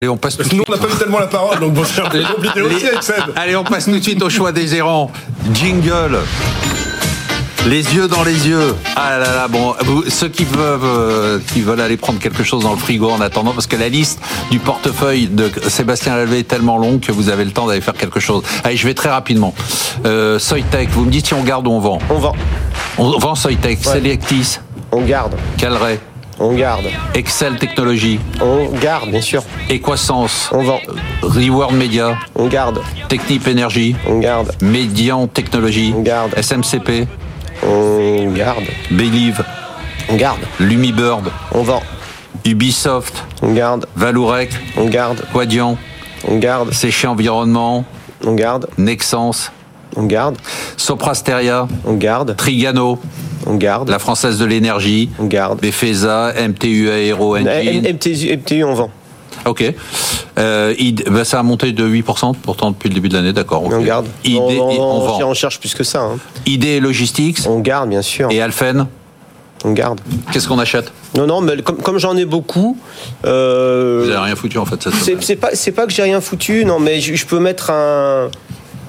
Allez, on passe tout de Nous, suite. on n'a pas eu tellement la parole, donc bon, c'est un peu compliqué aussi Les- avec Seb. Allez, on passe tout de suite au choix des errants. Jingle. Les yeux dans les yeux. Ah là là, bon, vous- ceux qui veulent, euh, qui veulent aller prendre quelque chose dans le frigo en attendant, parce que la liste du portefeuille de Sébastien Lalvé est tellement longue que vous avez le temps d'aller faire quelque chose. Allez, je vais très rapidement. Euh, Soytech, vous me dites si on garde ou on vend. On vend. On vend Soytech, Selectis, On garde. Calray, On garde. Excel Technologies, On garde, bien sûr. Equasens, On vend. Reward Media, On garde. Technip Energy, On garde. Médian Technologie, On garde. SMCP, On garde. Believe, On garde. Lumibird, On vend. Ubisoft, On garde. Valourec, On garde. Quadian, On garde. Séché Environnement, On garde. Nexens, On garde. Soprasteria, On garde. Trigano, On garde. La Française de l'Énergie, On garde. Befesa, MTU Aero Eh, M- Engine. MTU, MTU, on vend. Ok. Euh, ID ben, ça a monté de 8% pourtant depuis le début de l'année, d'accord. ok. On garde. ID, on, on, on- vend. on cherche plus que ça. hein. ID Logistics On garde, bien sûr. et Alphen, On garde. qu'est-ce qu'on achète Non, non, mais comme, comme j'en ai beaucoup, euh, Vous n'avez rien foutu en fait cette semaine. c'est c'est pas, c'est pas que j'ai rien foutu, non, mais je, je peux mettre un.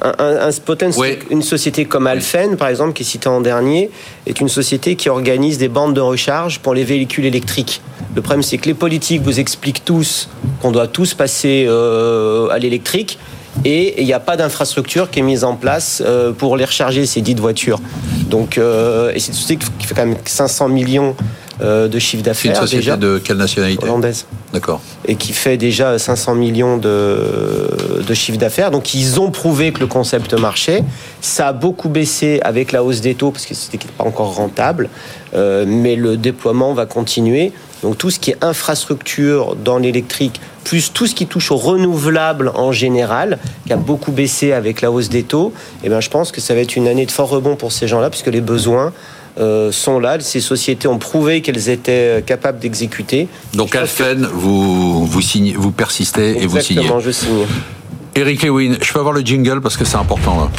Un, un- un spot and stock. Ouais. une société comme Alphen, par exemple, qui est citée en dernier, est une société qui organise des bandes de recharge pour les véhicules électriques. Le problème, c'est que les politiques vous expliquent tous qu'on doit tous passer euh, à l'électrique et il n'y a pas d'infrastructure qui est mise en place euh, pour les recharger, ces dites voitures. Donc, euh, et c'est une société qui fait quand même 500 millions euh, de chiffre C'est une d'affaires société déjà, de quelle nationalité hollandaise D'accord. et qui fait déjà 500 millions de, de chiffre d'affaires. Donc ils ont prouvé que le concept marchait. Ça a beaucoup baissé avec la hausse des taux parce que c'était pas encore rentable, Euh, mais le déploiement va continuer. Donc tout ce qui est infrastructure dans l'électrique, plus tout ce qui touche au renouvelable en général, qui a beaucoup baissé avec la hausse des taux, et ben je pense que ça va être une année de fort rebond pour ces gens-là, puisque les besoins euh, sont là. Ces sociétés ont prouvé qu'elles étaient euh, capables d'exécuter. Donc Je pense que- Alphen, vous, vous, signez, vous persistez et vous signez. Exactement, je signe. Eric Lewin, je peux avoir le jingle parce que c'est important là.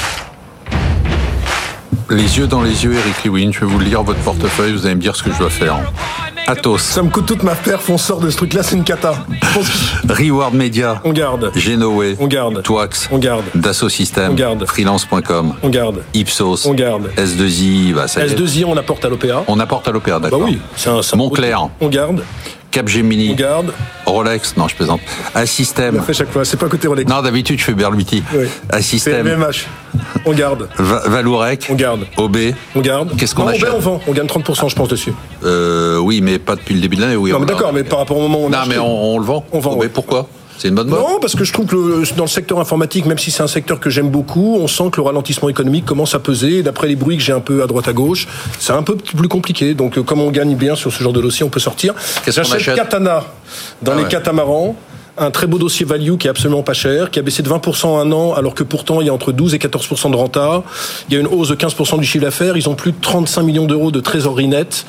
Les yeux dans les yeux, Eric Lewin, je vais vous lire votre portefeuille, vous allez me dire ce que je dois faire. Atos, Ça me coûte toute ma perf, on sort de ce truc-là, c'est une cata. Je pense que- Reward Media, On garde. Genoway, On garde. Twax, On garde. Dassault System, On garde. Freelance.com, On garde. Ipsos, On garde. S2I, bah, ça y est. S2I, on apporte à l'OPA. on apporte à l'opéra, Bah d'accord. oui, c'est un. c'est un- Montclair, On garde. On Capgemini, garde. Rolex, non je plaisante, On l'a Assystem, fait chaque fois. C'est pas côté Rolex. non Ah, d'habitude je fais Berluti, Oui. C'est Assystem, MMH. On garde. Va- Valourec, On garde. OB, On garde. Qu'est-ce qu'on Non, on achète vend, On vend. On gagne 30%, je pense, dessus. Euh, oui, mais pas depuis le début de l'année. Oui, Non, on mais l'a- d'accord, mais par rapport au moment où on Non, a mais acheté. on, on le vend. On vend, Mais ouais. pourquoi C'est une bonne mode. Non, parce que je trouve que le- dans le secteur informatique, même si c'est un secteur que j'aime beaucoup, on sent que le ralentissement économique commence à peser. Et D'après les bruits que j'ai un peu à droite à gauche, c'est un peu plus compliqué. Donc, euh, comme on gagne bien sur ce genre de dossier, on peut sortir. Qu'est-ce qu'on achète J'achète Katana dans Ah les ouais. catamarans. Un très beau dossier value qui est absolument pas cher, qui a baissé de 20% en un an, alors que pourtant il y a entre 12 et 14% de renta. Il y a une hausse de 15% du chiffre d'affaires. Ils ont plus de 35 millions d'euros de trésorerie nette.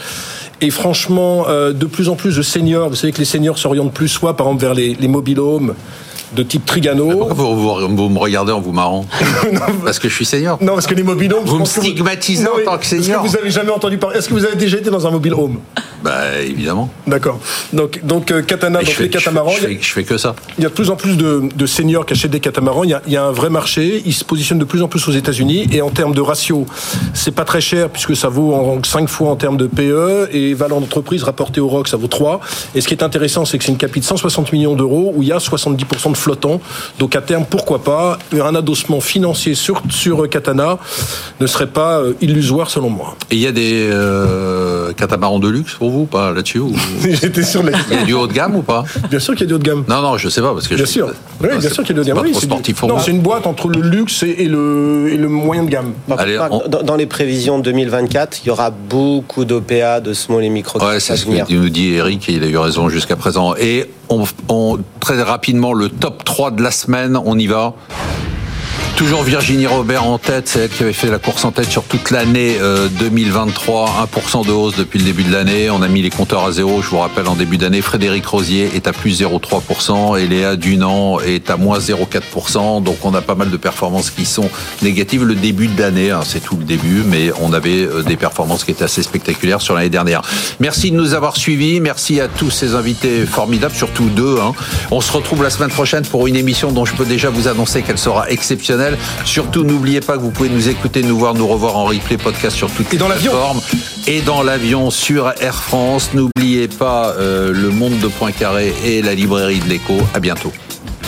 Et franchement, euh, de plus en plus de seniors, vous savez que les seniors s'orientent plus soit par exemple vers les, les mobilhomes de type Trigano. Ah, Pourquoi vous, vous- vous me regardez en vous marrant Parce que je suis senior. Non, parce que les mobilhomes. Vous je me pense que stigmatisez Non, en mais tant que est-ce senior. vous avez jamais entendu parler Est-ce que vous avez déjà été dans un mobilhome Bah évidemment. D'accord. Donc, donc euh, Katana, Et donc je, fais, les je, fais, catamarans. je il y a- fais- je fais que ça. Il y a de plus en plus de, de seniors qui achètent des catamarans. Il y, a, il y a un vrai marché. Ils se positionnent de plus en plus aux États-Unis. Et en termes de ratio, c'est pas très cher puisque ça vaut en 5 fois en termes de PE et valeur d'entreprise rapportée au ROC, ça vaut 3. Et ce qui est intéressant, c'est que c'est une capite de 160 millions d'euros où il y a 70% de flottant. Donc à terme, pourquoi pas un adossement financier sur, sur Katana ne serait pas euh, illusoire selon moi. Et il y a des euh, catamarans de luxe pour vous, ou pas là-dessus ou- J'étais sur les. Il y a du haut de gamme ou pas Bien sûr qu'il y a des hauts de gamme. Non, non, je sais pas parce que Bien je- sûr. Oui, Non, bien c'est- sûr qu'il y a des c'est pas gammes. Oui, trop c'est du- sportif pour Non, moi. c'est une boîte entre le luxe et, et le, et le moyen de gamme. Par Allez, contre, on- dans, dans les prévisions 2024, il y aura beaucoup d'OPA, de small et micro Ouais, qui c'est va ce venir. que nous dit Eric, et il a eu raison jusqu'à présent. Et on, on- très rapidement, le top 3 de la semaine, on y va. Toujours Virginie Robert en tête, c'est elle qui avait fait la course en tête sur toute l'année euh, 2023, 1% de hausse depuis le début de l'année. On a mis les compteurs à zéro, je vous rappelle, en début d'année, Frédéric Rosier est à plus 0,3% et Léa Dunan est à moins 0,4%. Donc on a pas mal de performances qui sont négatives le début de l'année, hein, c'est tout le début, mais on avait euh, des performances qui étaient assez spectaculaires sur l'année dernière. Merci de nous avoir suivis, merci à tous ces invités formidables, surtout deux. hein. On se retrouve la semaine prochaine pour une émission dont je peux déjà vous annoncer qu'elle sera exceptionnelle. Surtout, n'oubliez pas que vous pouvez nous écouter, nous voir, nous revoir en replay, podcast sur toutes Et les dans l'avion. plateformes. Et dans l'avion sur Air France. N'oubliez pas euh, le monde de Poincaré et la librairie de l'écho. À bientôt.